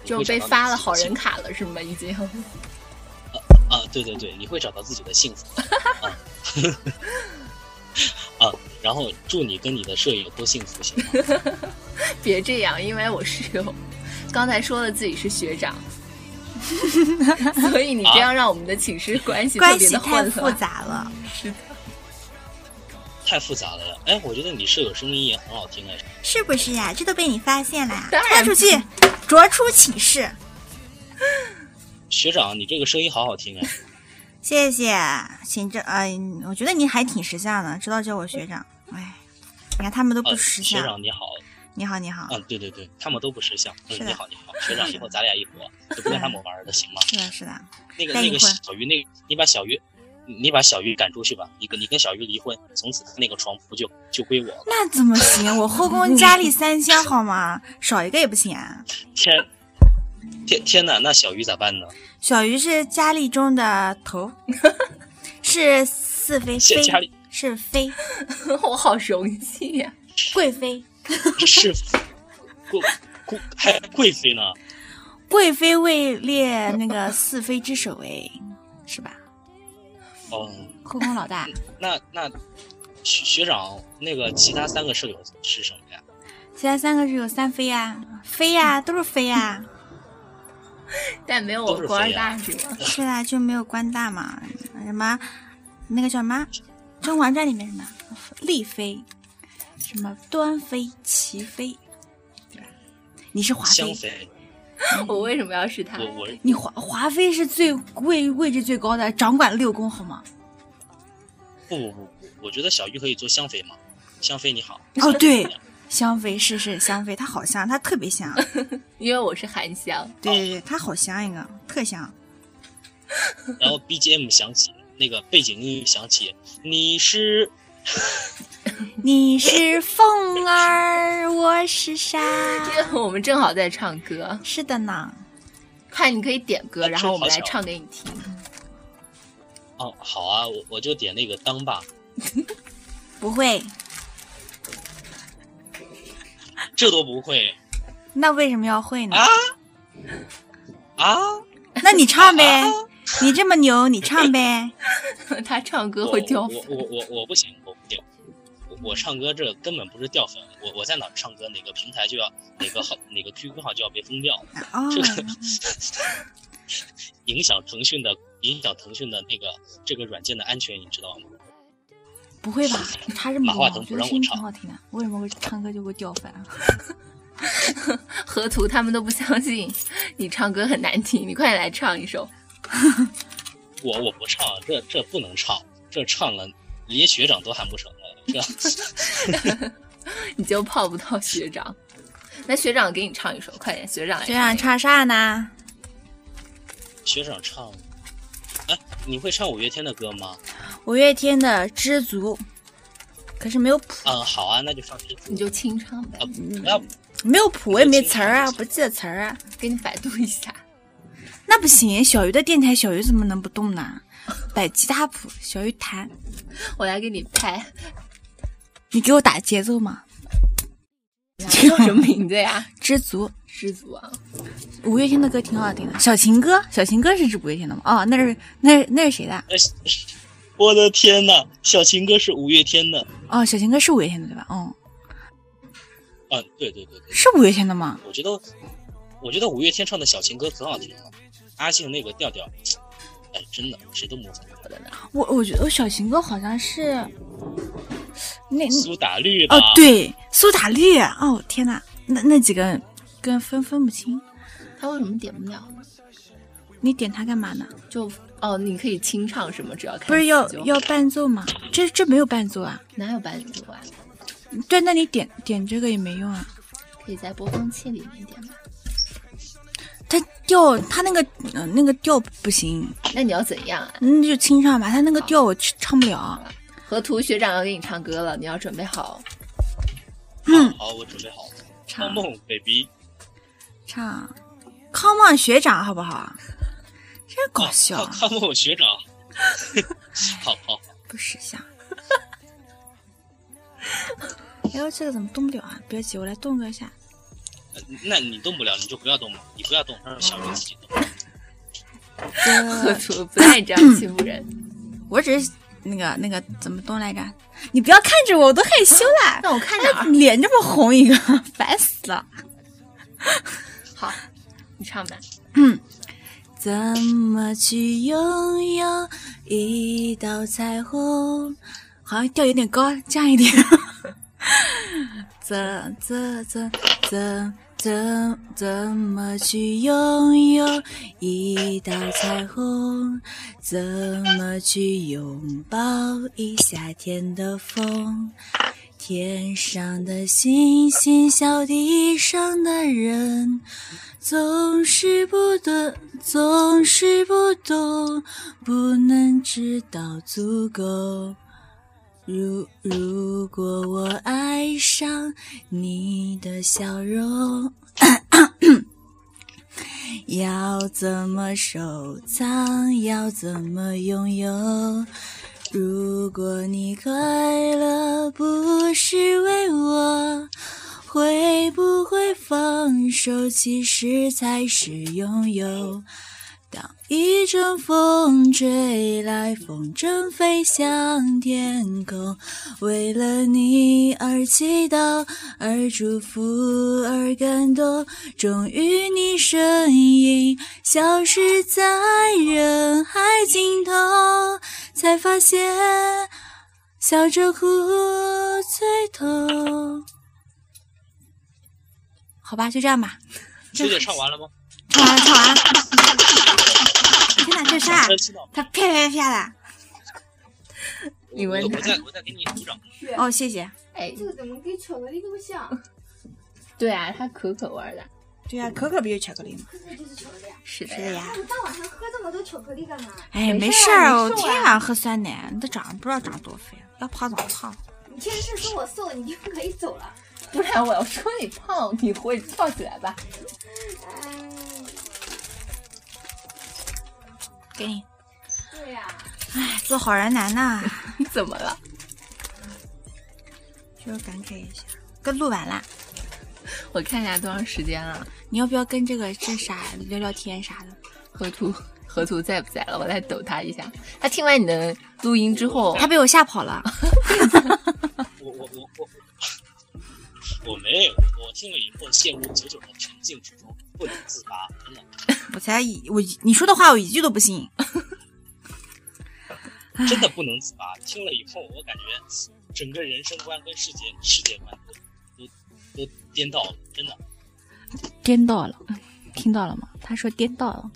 [SPEAKER 8] 你
[SPEAKER 1] 就
[SPEAKER 8] 会
[SPEAKER 1] 被
[SPEAKER 8] 找到
[SPEAKER 1] 发了
[SPEAKER 8] 自己的
[SPEAKER 1] 好
[SPEAKER 8] 幸
[SPEAKER 1] 人卡了是吗？已经，
[SPEAKER 8] 啊，对对对，你会找到自己的幸福。 啊， 啊，然后祝你跟你的舍友都幸福，行吗？
[SPEAKER 1] 别这样，因为我室友刚才说了自己是学 长，所以你这样让我们的寝室关系特
[SPEAKER 2] 关
[SPEAKER 1] 别
[SPEAKER 2] 系
[SPEAKER 1] 的
[SPEAKER 2] 太
[SPEAKER 1] 混
[SPEAKER 2] 复
[SPEAKER 1] 乱。
[SPEAKER 2] 杂了。
[SPEAKER 8] 太复杂了呀！哎，我觉得你舍友声音也很好听哎。
[SPEAKER 2] 是不是呀？这都被你发现了呀！
[SPEAKER 1] 当然
[SPEAKER 2] 退出 去，逐出寝室。
[SPEAKER 8] 学长，你这个声音好好 听哎。
[SPEAKER 2] 谢谢行政，哎、我觉得你还挺识相的，知道叫我学长。哎，你看他们都
[SPEAKER 8] 啊，
[SPEAKER 2] 不识
[SPEAKER 8] 学
[SPEAKER 2] 相。
[SPEAKER 8] 长你
[SPEAKER 1] 啊
[SPEAKER 8] 好。
[SPEAKER 2] 你好，你好。
[SPEAKER 8] 嗯，对对对，他们都不识相。
[SPEAKER 2] 是的
[SPEAKER 8] 嗯，你好你好，学长，以后咱俩一伙，就不让
[SPEAKER 1] 嗯
[SPEAKER 8] 他们玩了，行吗？
[SPEAKER 2] 是的，是的。
[SPEAKER 8] 那个
[SPEAKER 2] 那你
[SPEAKER 8] 那个
[SPEAKER 2] 会
[SPEAKER 8] 小鱼，那个你把小鱼，你把小鱼赶出去吧。你跟你跟小鱼离婚，从此那个床铺就就归我了。
[SPEAKER 2] 那怎么行？我后宫佳丽三千好吗？少一个也不行啊。
[SPEAKER 8] 天，天天呐，那小鱼咋办呢？
[SPEAKER 2] 小鱼是佳丽中的头，是四妃
[SPEAKER 8] 现
[SPEAKER 2] 妃，
[SPEAKER 8] 佳丽
[SPEAKER 2] 是妃
[SPEAKER 1] 我好啊熟悉呀、
[SPEAKER 2] 贵妃，
[SPEAKER 8] 是贵贵还贵妃呢？
[SPEAKER 2] 贵妃位列那个四妃之首哎，是吧？
[SPEAKER 8] 哦，
[SPEAKER 2] 后宫老大。
[SPEAKER 8] 那那学学长那个其他三个舍友是什么呀？
[SPEAKER 2] 其他三个是有三妃呀、妃呀、啊都是妃呀、
[SPEAKER 1] 但没有我官二大是吗？
[SPEAKER 2] 是啊，就没有官大嘛。什么那个叫什么《甄嬛传》里面什么丽妃，什么端妃、齐妃，对吧你是华
[SPEAKER 8] 香
[SPEAKER 2] 妃，
[SPEAKER 8] 妃，
[SPEAKER 1] 啊我为什么要是他
[SPEAKER 8] 我？我
[SPEAKER 2] 你华华妃是最位位置最高的，掌管六宫，好吗？
[SPEAKER 8] 不不不不，我觉得小鱼可以做香妃嘛。香妃你好，
[SPEAKER 2] 哦，对， 香妃是是香妃，她好香，她特别香，
[SPEAKER 1] 因为我是韩香，
[SPEAKER 2] 对对对，她好香一个，特香。
[SPEAKER 8] 然后 BGM 响起，那个背景音乐响起，你是
[SPEAKER 2] 你是凤儿，我是沙，
[SPEAKER 1] 因为我们正好在唱歌。
[SPEAKER 2] 是的呢。
[SPEAKER 1] 看，你可以点歌，
[SPEAKER 8] 哎
[SPEAKER 1] 然后我们
[SPEAKER 8] 真
[SPEAKER 1] 来
[SPEAKER 8] 好巧
[SPEAKER 1] 唱给你听。
[SPEAKER 8] 哦，好啊，我我就点那个当吧，
[SPEAKER 2] 不会，
[SPEAKER 8] 这都不会
[SPEAKER 2] 那为什么要
[SPEAKER 1] 嗯
[SPEAKER 2] 会呢？
[SPEAKER 8] 啊啊！
[SPEAKER 2] 那你唱呗，你这么牛，你唱呗。
[SPEAKER 1] 他唱歌
[SPEAKER 8] 我
[SPEAKER 1] 会掉
[SPEAKER 8] 我
[SPEAKER 1] 粉，
[SPEAKER 8] 我我我不行，我不行，我我唱歌这根本不是掉粉，我我在哪儿唱歌，哪个平台就要哪 个号哪个 QQ 号就要被封掉，
[SPEAKER 2] 哦，
[SPEAKER 8] 这个影响腾讯的影响腾讯的那个这个软件的安全，你知道吗？
[SPEAKER 2] 不会吧？他这么
[SPEAKER 8] 马
[SPEAKER 2] 牛
[SPEAKER 8] 化
[SPEAKER 2] 啊，
[SPEAKER 8] 腾
[SPEAKER 2] 我
[SPEAKER 8] 不
[SPEAKER 2] 觉得
[SPEAKER 8] 让我
[SPEAKER 2] 声音
[SPEAKER 8] 唱
[SPEAKER 2] 挺好听的，为什么会唱歌就会掉粉啊？
[SPEAKER 1] 河图他们都不相信你唱歌很难听，你快点来唱一首。
[SPEAKER 8] 我我不唱，这这不能唱，这唱了连学长都喊不成了， 这
[SPEAKER 1] 你就泡不到学长。那学长给你唱一首，快点，学长来。
[SPEAKER 2] 学长，唱啥呢？
[SPEAKER 8] 学长唱。哎，你会唱五月天的歌吗？
[SPEAKER 2] 五月天的《知足》，可是没有谱，
[SPEAKER 8] 嗯，好啊，那就唱《知足
[SPEAKER 1] 你》就清唱呗
[SPEAKER 8] 啊，，不要
[SPEAKER 2] 没有谱，我也没词儿啊，不记得词儿啊。
[SPEAKER 1] 给你百度一下。
[SPEAKER 2] 那不行，小鱼的电台，小鱼怎么能不动呢？ 摆吉他谱，小鱼弹，
[SPEAKER 1] 我来给你 拍，
[SPEAKER 2] 你给我打节奏嘛。
[SPEAKER 1] 叫什么名字呀？
[SPEAKER 2] 知足，
[SPEAKER 1] 知足啊，
[SPEAKER 2] 五月天的歌挺好听的，小情歌，小情歌是指五月天的吗？哦，那是那是那是谁的？
[SPEAKER 8] 哎， 我的天呐，小情歌是五月天的。
[SPEAKER 2] 哦，小情歌是五月天的对吧？嗯，
[SPEAKER 8] 嗯，对对对对，
[SPEAKER 2] 是五月天的吗？
[SPEAKER 8] 我觉得，我觉得五月天唱的小情歌可好听了，阿信那个调调，哎，真的谁都模仿不了。
[SPEAKER 2] 我我觉得我小情歌好像是那
[SPEAKER 8] 苏打绿吧？
[SPEAKER 2] 哦，对，苏打绿哦，天呐，那那几个跟分分不清，
[SPEAKER 1] 他为什么点不了呢？
[SPEAKER 2] 你点它干嘛呢？
[SPEAKER 1] 就哦，你可以清唱什么，只要看
[SPEAKER 2] 不是要
[SPEAKER 1] 就好
[SPEAKER 2] 要伴奏吗？这这没有伴奏啊？
[SPEAKER 1] 哪有百度啊？
[SPEAKER 2] 对，那你点点这个也没用啊。
[SPEAKER 1] 可以在播放器里面点吧。
[SPEAKER 2] 它调它那个呃那个调不行，
[SPEAKER 1] 那你要怎样啊？
[SPEAKER 2] 那就清唱吧。它那个调我唱不了。
[SPEAKER 1] 河图学长要给你唱歌了，你要准备好。
[SPEAKER 8] 好，我准备好了。
[SPEAKER 2] 唱
[SPEAKER 8] 梦梦 baby，
[SPEAKER 2] 唱，Come on 学长好不好？真搞笑
[SPEAKER 8] 看看梦学长， 好好好，
[SPEAKER 2] 不识相。 哎呦，这个怎么动不了啊？别急，我来动个一下。
[SPEAKER 8] 呃那你动不了，你就不要动嘛，你不要动，他让小鱼自己动。
[SPEAKER 1] 喝足不带这样欺负人。
[SPEAKER 2] 我只是那个那个怎么动来着？你不要看着我，我都害羞 啦。
[SPEAKER 1] 那我看
[SPEAKER 2] 哎脸这么红一个， 烦死了。
[SPEAKER 1] 好，你唱吧。
[SPEAKER 2] 怎么去拥有一道彩虹？好像调有点高，降一点。 怎怎怎怎怎怎么去拥有一道彩虹？怎么去拥抱一夏天的风？天上的星星，笑地上的人，总是不懂，总是不懂，不能知道足够。如如果我爱上你的笑容，要怎么收藏？要怎么拥有？如果你快乐不是为我，会不会放手？其实才是拥有。当一阵风吹来，风筝飞向天空，为了你而祈祷，而祝福，而感动。终于，你身影消失在人海尽头，才发现笑着哭最痛。好吧，就这样吧。
[SPEAKER 8] 秋姐唱完了吗？
[SPEAKER 2] 唱完了，唱完了。
[SPEAKER 5] 天哪，这
[SPEAKER 2] 啊
[SPEAKER 5] 啥？
[SPEAKER 8] 真知道吗？
[SPEAKER 5] 他啪啪啪的。
[SPEAKER 8] 我
[SPEAKER 1] 你问
[SPEAKER 8] 我
[SPEAKER 1] 他
[SPEAKER 8] 我再我再给你鼓掌。
[SPEAKER 2] 哦，谢谢。
[SPEAKER 1] 哎，
[SPEAKER 6] 这个怎么跟巧克力那么像？
[SPEAKER 1] 对啊，它可可味儿的，
[SPEAKER 2] 对呀、可可不就是巧克力吗？
[SPEAKER 6] 可是就是巧克力啊！
[SPEAKER 1] 是的
[SPEAKER 2] 是的。呀。
[SPEAKER 6] 你大晚上喝这么多巧克力干嘛？
[SPEAKER 2] 哎，
[SPEAKER 1] 没
[SPEAKER 2] 没
[SPEAKER 1] 事
[SPEAKER 2] 事
[SPEAKER 1] 儿
[SPEAKER 2] 儿，
[SPEAKER 1] 啊
[SPEAKER 2] 我
[SPEAKER 1] 没事
[SPEAKER 2] 天
[SPEAKER 1] 儿啊
[SPEAKER 2] 天晚上喝酸奶，你这长不知道长多肥，要胖早胖。
[SPEAKER 6] 你天是说我瘦，你就可以走了。
[SPEAKER 1] 不然我要说你胖，你会跳起来吧？
[SPEAKER 6] 嗯，
[SPEAKER 2] 给你，
[SPEAKER 6] 对呀、
[SPEAKER 2] 哎，做好人难呐，
[SPEAKER 1] 你怎么了？
[SPEAKER 2] 就是感慨一下。跟录完了，
[SPEAKER 1] 我看一下多长时间了。
[SPEAKER 2] 你要不要跟这个这啥聊聊天啥的？
[SPEAKER 1] 河图，河图在不在了？我来抖他一下。他听完你的录音之后，
[SPEAKER 2] 他被我吓跑了。
[SPEAKER 8] 我我我我我没有，我听了以后陷入久久的沉静之中，不能自拔。真的，
[SPEAKER 2] 我才一我一你说的话我一句都不信。
[SPEAKER 8] 真的不能自拔。听了以后，我感觉整个人生观跟世界世界观都都都颠倒了，真的。
[SPEAKER 2] 颠倒了，听到了吗？他说颠倒了。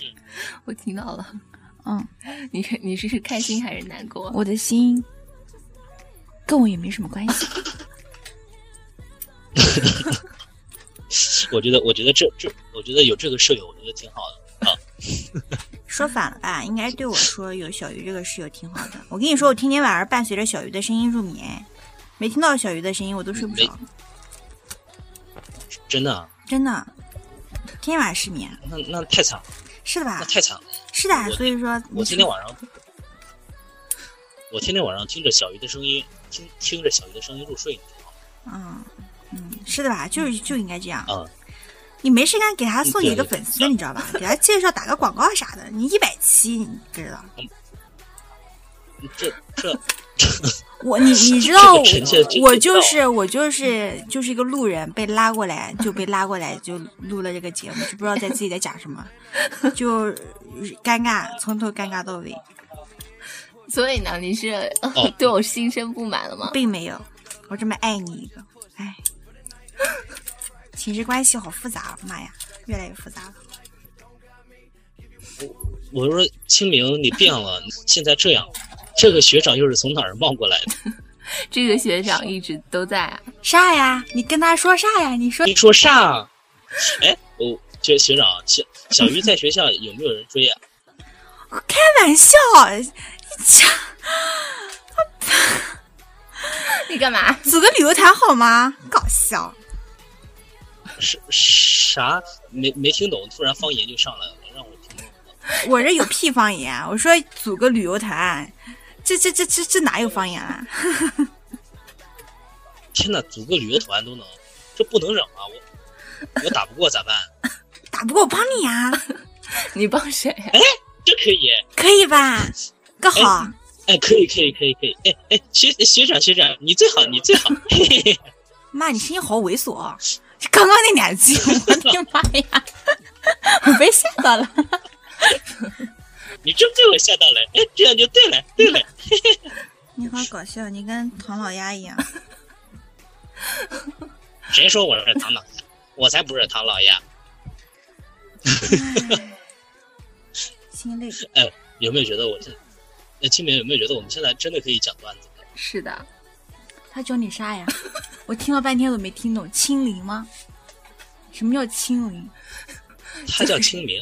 [SPEAKER 1] 我听到了。
[SPEAKER 2] 嗯，
[SPEAKER 1] 你是你是开心还是难过？
[SPEAKER 2] 我的心跟我也没什么关系。
[SPEAKER 8] 我觉得，我觉得这这，我觉得有这个舍友，我觉得挺好的。
[SPEAKER 2] 说反了吧？应该是对我说有小鱼这个室友挺好的。我跟你说，我天天晚上伴随着小鱼的声音入眠，没听到小鱼的声音我都睡不着，
[SPEAKER 8] 真的啊，
[SPEAKER 2] 真的，天天晚上失眠，
[SPEAKER 8] 那那太惨了，
[SPEAKER 2] 是的吧
[SPEAKER 8] 那？太惨了。
[SPEAKER 2] 是的，
[SPEAKER 8] 我
[SPEAKER 2] 所以说
[SPEAKER 8] 我
[SPEAKER 2] 你
[SPEAKER 8] 天天晚上，我天天晚上听着小鱼的声音，听听着小鱼的声音入睡，你知道吗？
[SPEAKER 2] 嗯嗯，是的吧？就是就应该这样。
[SPEAKER 8] 嗯
[SPEAKER 2] 你没事干，给他送你一个
[SPEAKER 8] 对
[SPEAKER 2] 粉丝，你知道吧？给他介绍打个广告啥的，你一百七，你知道？
[SPEAKER 8] 这这
[SPEAKER 2] 我你你知道我
[SPEAKER 8] 这个臣妾真
[SPEAKER 2] 我
[SPEAKER 8] 知
[SPEAKER 2] 就
[SPEAKER 8] 道
[SPEAKER 2] 是我就是就是一个路人被拉过来就被拉过来就录了这个节目，就不知道在自己在讲什么，就尴尬从头尴尬到尾，
[SPEAKER 1] 所以呢，你是、
[SPEAKER 8] 哦
[SPEAKER 1] 对我心生不满了吗？
[SPEAKER 2] 并没有我这么爱你一个，哎，寝室关系好复杂，妈呀，越来越复杂了。
[SPEAKER 8] 我说清明，你变了， 你现在这样，这个学长又是从哪儿冒过来的？
[SPEAKER 1] 这个学长一直都在啊。
[SPEAKER 2] 啥呀？你跟他说啥呀？你说
[SPEAKER 8] 你说啥？哎，我这学长小小鱼在学校有没有人追啊？
[SPEAKER 2] 开玩笑，
[SPEAKER 1] 你干嘛？
[SPEAKER 2] 组个旅游团好吗？搞笑，
[SPEAKER 8] 是啥？没没听懂，突然方言就上来了，让我听懂了。
[SPEAKER 2] 我这有屁方言啊！我 说组个旅游团，这这这这这哪有方言啊？
[SPEAKER 8] 天呐，组个旅游团都能，这不能忍啊！我我打不过咋办？
[SPEAKER 2] 打不过我帮你 啊，
[SPEAKER 1] 你帮谁啊 呀、
[SPEAKER 8] 这可以，
[SPEAKER 2] 可以 吧？哥好，
[SPEAKER 8] 哎，可以，可以，可以，可以，哎哎，学学长学长，你最好，你最好，嘿嘿嘿，
[SPEAKER 2] 妈，你声音好猥琐哦，刚刚那两 句，我的妈 呀，我被吓到了。
[SPEAKER 8] 你真被我吓到了，哎，这样就对了，对了，
[SPEAKER 2] 你好搞笑，你跟唐老鸭 一样。
[SPEAKER 8] 谁说我是唐老鸭？我才不是唐老鸭！
[SPEAKER 2] 心累，
[SPEAKER 8] 哎有没有觉得我现，那清明有没有觉得我们现在真的可以讲段子了？
[SPEAKER 1] 是的，
[SPEAKER 2] 他教你啥呀？我听了半天都没听懂，清零吗？什么叫清零？
[SPEAKER 8] 他叫清明，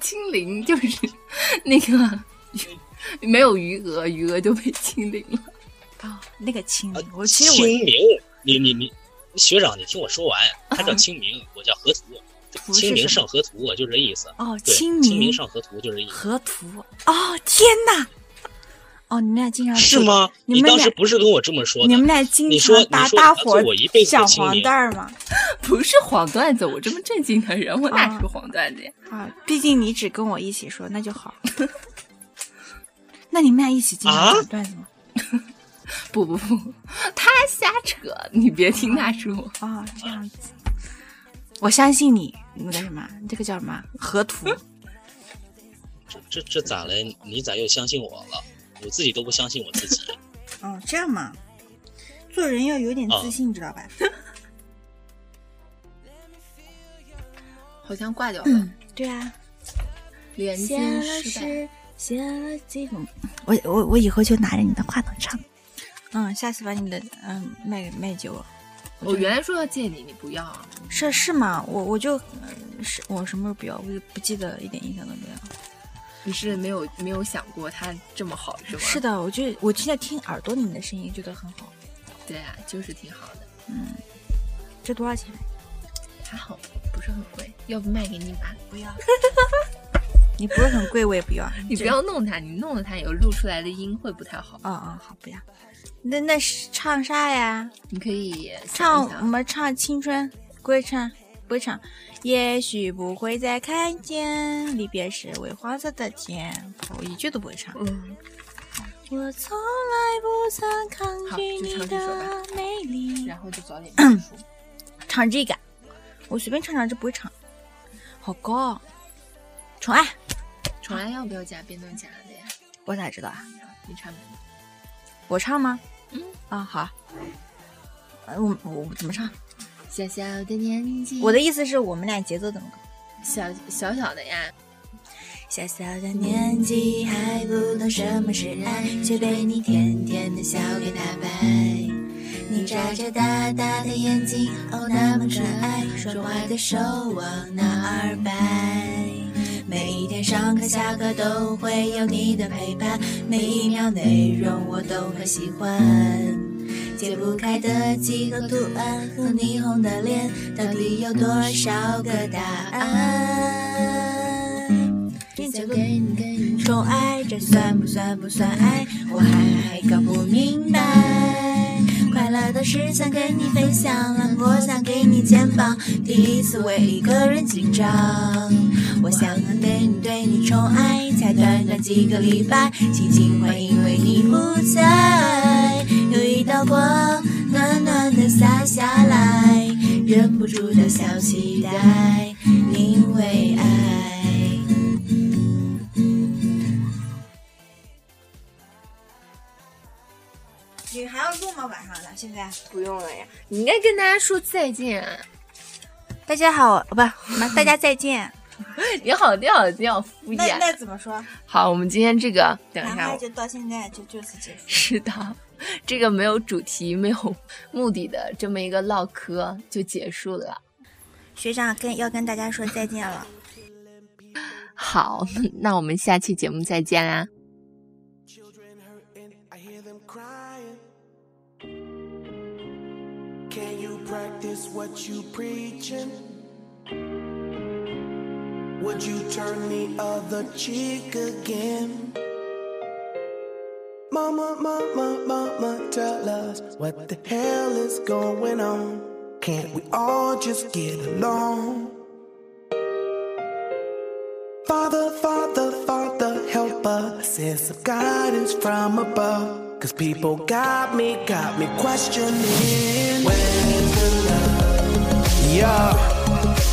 [SPEAKER 1] 清零就是 那个 没有余额，余额就被清零了。
[SPEAKER 2] 哦，那个清零， 我其实我
[SPEAKER 8] 啊清明，你你你，学长，你听我说完，他叫清明，我叫河图，
[SPEAKER 2] 图是
[SPEAKER 8] 清明
[SPEAKER 2] 什么
[SPEAKER 8] 上河图，就这意思。
[SPEAKER 2] 哦，
[SPEAKER 8] 对，
[SPEAKER 2] 清
[SPEAKER 8] 清
[SPEAKER 2] 明
[SPEAKER 8] 明上河图就这意思。
[SPEAKER 2] 河图。哦，天哪！哦，你们俩经常
[SPEAKER 8] 是？吗？
[SPEAKER 2] 你
[SPEAKER 8] 你
[SPEAKER 2] 们
[SPEAKER 8] 当时
[SPEAKER 2] 俩
[SPEAKER 8] 不是跟我这么说的？
[SPEAKER 2] 你们俩经
[SPEAKER 8] 你说
[SPEAKER 2] 常
[SPEAKER 8] 你
[SPEAKER 2] 搭
[SPEAKER 8] 说
[SPEAKER 2] 搭
[SPEAKER 8] 你要
[SPEAKER 2] 伙
[SPEAKER 8] 做我一辈子的
[SPEAKER 2] 讲
[SPEAKER 8] 清
[SPEAKER 2] 黄
[SPEAKER 8] 明
[SPEAKER 2] 段儿吗？
[SPEAKER 1] 不是黄段子，我 这么正经的人，我哪是个黄段子呀？
[SPEAKER 2] 啊，毕竟你只跟我一起说，那就好。 那你们俩一起经常
[SPEAKER 8] 啊
[SPEAKER 2] 讲段子吗？
[SPEAKER 1] 不不不，他瞎扯，你别听他说。
[SPEAKER 2] 哦，这样子，我相信你。那个什么，这个叫什么？河图。
[SPEAKER 8] 这这这咋了？你咋又相信我了？我自己都不相信我自己。
[SPEAKER 2] 哦，这样嘛，做人要有点
[SPEAKER 8] 啊
[SPEAKER 2] 自信，知道吧？
[SPEAKER 1] 好像挂掉了，
[SPEAKER 2] 对啊，
[SPEAKER 1] 连接失败。
[SPEAKER 2] 写了这种，我我我以后就拿着你的话筒唱。嗯，下次把你的嗯卖卖给我。
[SPEAKER 1] 我原来说要借你，你不要啊。
[SPEAKER 2] 是是吗？我我就、嗯是我什么时候不要，我就不记得，一点印象都没有。
[SPEAKER 1] 你是没有没有想过他这么好是吗？
[SPEAKER 2] 是的，我就我现在听耳朵里面的声音觉得很好。
[SPEAKER 1] 对啊，就是挺好的，
[SPEAKER 2] 这多少钱？
[SPEAKER 1] 还好不是很贵。要不卖给你吧？
[SPEAKER 2] 不要。你不是很贵，我也不要。
[SPEAKER 1] 你不要弄它，你弄了它以后录出来的音会不太好。
[SPEAKER 2] 哦哦，好，不要。那那是唱啥呀？
[SPEAKER 1] 你可以想
[SPEAKER 2] 唱
[SPEAKER 1] 一
[SPEAKER 2] 我
[SPEAKER 1] 想，
[SPEAKER 2] 们唱青春，不会唱，不会唱。也许不会再看见，离别时为黄色的天。我一句都不会唱。
[SPEAKER 1] 嗯，
[SPEAKER 2] 我从来不曾抗
[SPEAKER 1] 好
[SPEAKER 2] 拒
[SPEAKER 1] 就
[SPEAKER 2] 你
[SPEAKER 1] 唱这首吧
[SPEAKER 2] 的美丽。
[SPEAKER 1] 然后就早点结 束。
[SPEAKER 2] 唱这个，我随便唱唱，这不会唱。好高哦，宠爱，
[SPEAKER 1] 宠爱要不要加变动夹的呀？
[SPEAKER 2] 我咋知道啊？
[SPEAKER 1] 你唱吧。
[SPEAKER 2] 我唱吗？
[SPEAKER 1] 嗯，
[SPEAKER 2] 啊好啊。呃我我怎么唱？
[SPEAKER 1] 小小的年纪，
[SPEAKER 2] 我的意思是我们俩节奏怎么搞？
[SPEAKER 1] 小小小的呀，
[SPEAKER 2] 小小的年纪还不懂什么是爱，却被你甜甜的笑给打败。你眨着大大的眼睛，哦那么可爱，说话的手往哪儿摆？每一天上课下课都会有你的陪伴，每一秒内容我都很喜欢。解不开的几何图案和霓虹的脸，到底有多少个答案？想给你给你宠爱，这算不算不算爱？我还搞不明白。快乐的事想给你分享，难过想给你肩膀。第一次为一个人紧张，我想能对你对你宠爱，才短短几个礼拜，心情会因为你不在，有一道光暖暖的洒下来，忍不住的小期待，因为爱。你还要录吗？晚上的现在？
[SPEAKER 1] 不用了呀。你应该跟大家说再见啊。
[SPEAKER 2] 大家好，哦不， 大家再见。
[SPEAKER 1] 你好，你好，你好敷
[SPEAKER 2] 那
[SPEAKER 1] 衍。
[SPEAKER 2] 那怎么说？
[SPEAKER 1] 好，我们今天这个，等一
[SPEAKER 2] 然
[SPEAKER 1] 下
[SPEAKER 2] 后
[SPEAKER 1] 我，
[SPEAKER 2] 就到现在就就此结束。
[SPEAKER 1] 是的，这个没有主题、没有目的的这么一个唠嗑就结束了。
[SPEAKER 2] 学长跟要跟大家说再见了，
[SPEAKER 1] 好，那我们下期节目再见啊啦。
[SPEAKER 9] Children hurting, I hear them crying. Can you practice what you preaching? Would you turn the other cheek again? Mama, mama, mama, tell us what the hell is going on. Can't we all just get along? Father, Father, Father, help us. Send some guidance from above. Cause people got me, got me questioning. Where's the love? Yeah.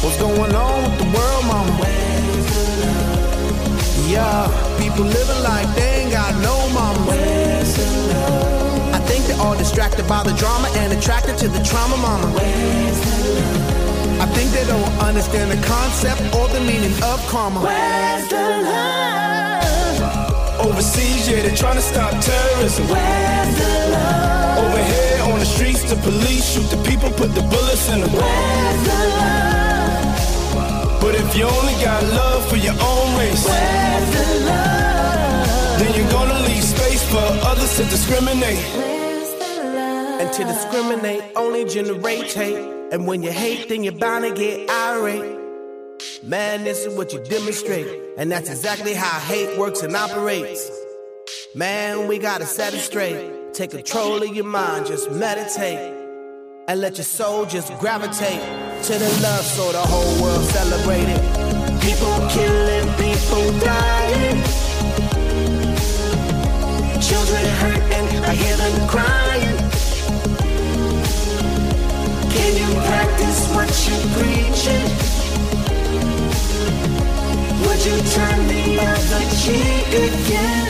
[SPEAKER 9] What's going on with the world, mama? Where's the love? Yeah. People living like they ain't got no mama. Where's the love? I think they're all distracted by the drama and attracted to the trauma, mama. Where's the love? I think they don't understand the concept or the meaning of karma. Where's the love? Overseas, yeah, they're trying to stop terrorism. Where's the love? Over here on the streets, the police shoot the people, put the bullets in them. Where's the love? But if you only got love for your own race, where's the love? Then you're gonna leave space for others to discriminate and to discriminate only generates hate. And when you hate, then you're bound to get irate. Man, this is what you demonstrate, and that's exactly how hate works and operates. Man, we gotta set it straight. Take control of your mind, just meditate, and let your soul just gravitate to the love so the whole world celebrate it. People killing, people dying, children hurting, I hear them crying. Can you practice what you're preaching? Would you turn the other cheek again?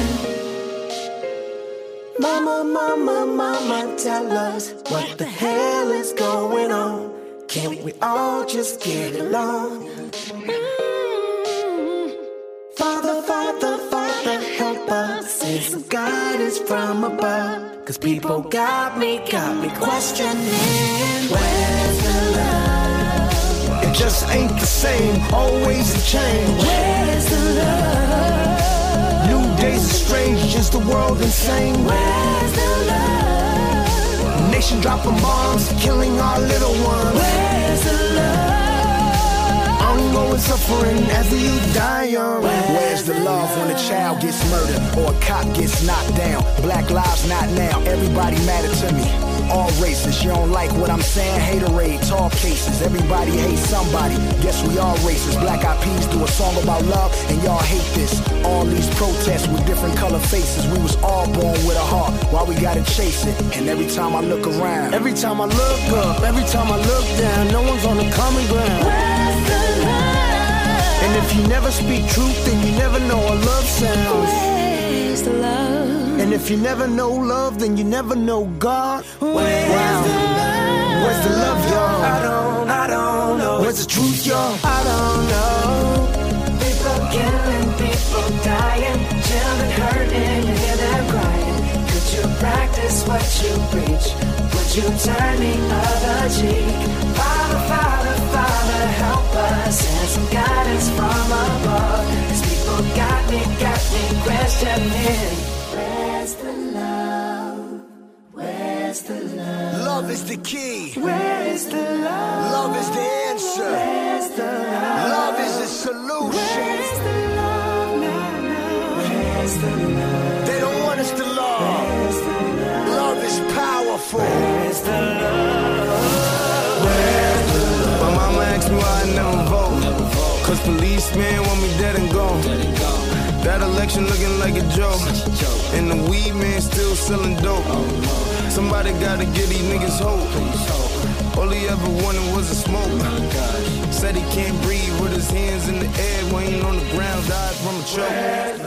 [SPEAKER 9] Mama, mama, mama, tell us what the hell is going on. Can't we all just get along? Mm-hmm. Father, Father, Father, help us. Send some guidance from above. Cause people got me, got me questioning. Where's the love? It just ain't the same, always a change. Where's the love? New days are strange, is the world insane? Where's the love? Nation dropping bombs, killing our little ones. Where's the love? Ongoing suffering as the youth die young.
[SPEAKER 10] Where's the love when a child gets murdered or a cop gets knocked down? Black lives not now. Everybody matter to me. All racist. You don't like what I'm saying? Haterade, tall cases. Everybody hates somebody. Guess we all racist. Black Eyed Peas do a song about love, and y'all hate this. All these protests with different color faces. We was all born with a heart. Why we gotta chase it? And every time I look around,
[SPEAKER 9] Every time I look up, every time I look down, no one's on the common ground. And if you never speak truth, then you never know what love sounds. And if you never know love, then you never know God. wow. Where's the love, y'all? I don't, I don't know. Where's the truth, y'all? I don't know. People killing, people dying, children hurting, you hear them crying. Could you practice what you preach? Would you turn the other cheek? Father, Father, Father, help us. Send some guidance from above. These people got me, got me questioning. Where's the love? Where's the love?
[SPEAKER 10] love is the key.
[SPEAKER 9] Where is the love?
[SPEAKER 10] Love is the answer.
[SPEAKER 9] Where's the love?
[SPEAKER 10] Love is the solution.
[SPEAKER 9] Where's the love now? Where's the love?
[SPEAKER 10] They don't want us to love.
[SPEAKER 9] Where's the love?
[SPEAKER 10] Love is powerful.
[SPEAKER 9] Where's the love? Where's the love? My mama asked me why I never vote. Cause policemen want me dead and gone. That election looking like a joke. And the weed man still selling dope. Somebody gotta give these niggas hope. All he ever wanted was a smoke. Said he can't breathe with his hands in the air, weighing on the ground, died from a choke.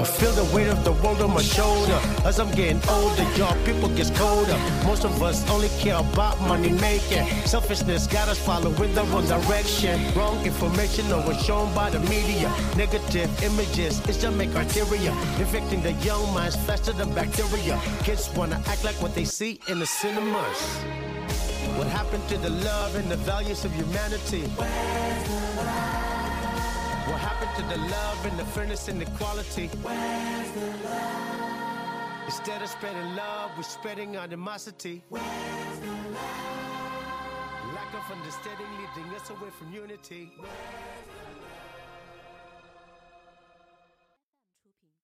[SPEAKER 9] I feel the weight of the world on my shoulder. As I'm getting older, y'all people gets colder. Most of us only care about money making. Selfishness got us following the wrong direction. Wrong information that was shown by the media. Negative images, it's just make criteria. Infecting the young minds faster than bacteria. Kids wanna act like what they see in the cinemas. What happened to the love and the values of humanity? What happened to the love and the fairness and equality? Instead of spreading love, we're spreading animosity. Lack of understanding leading us away from unity.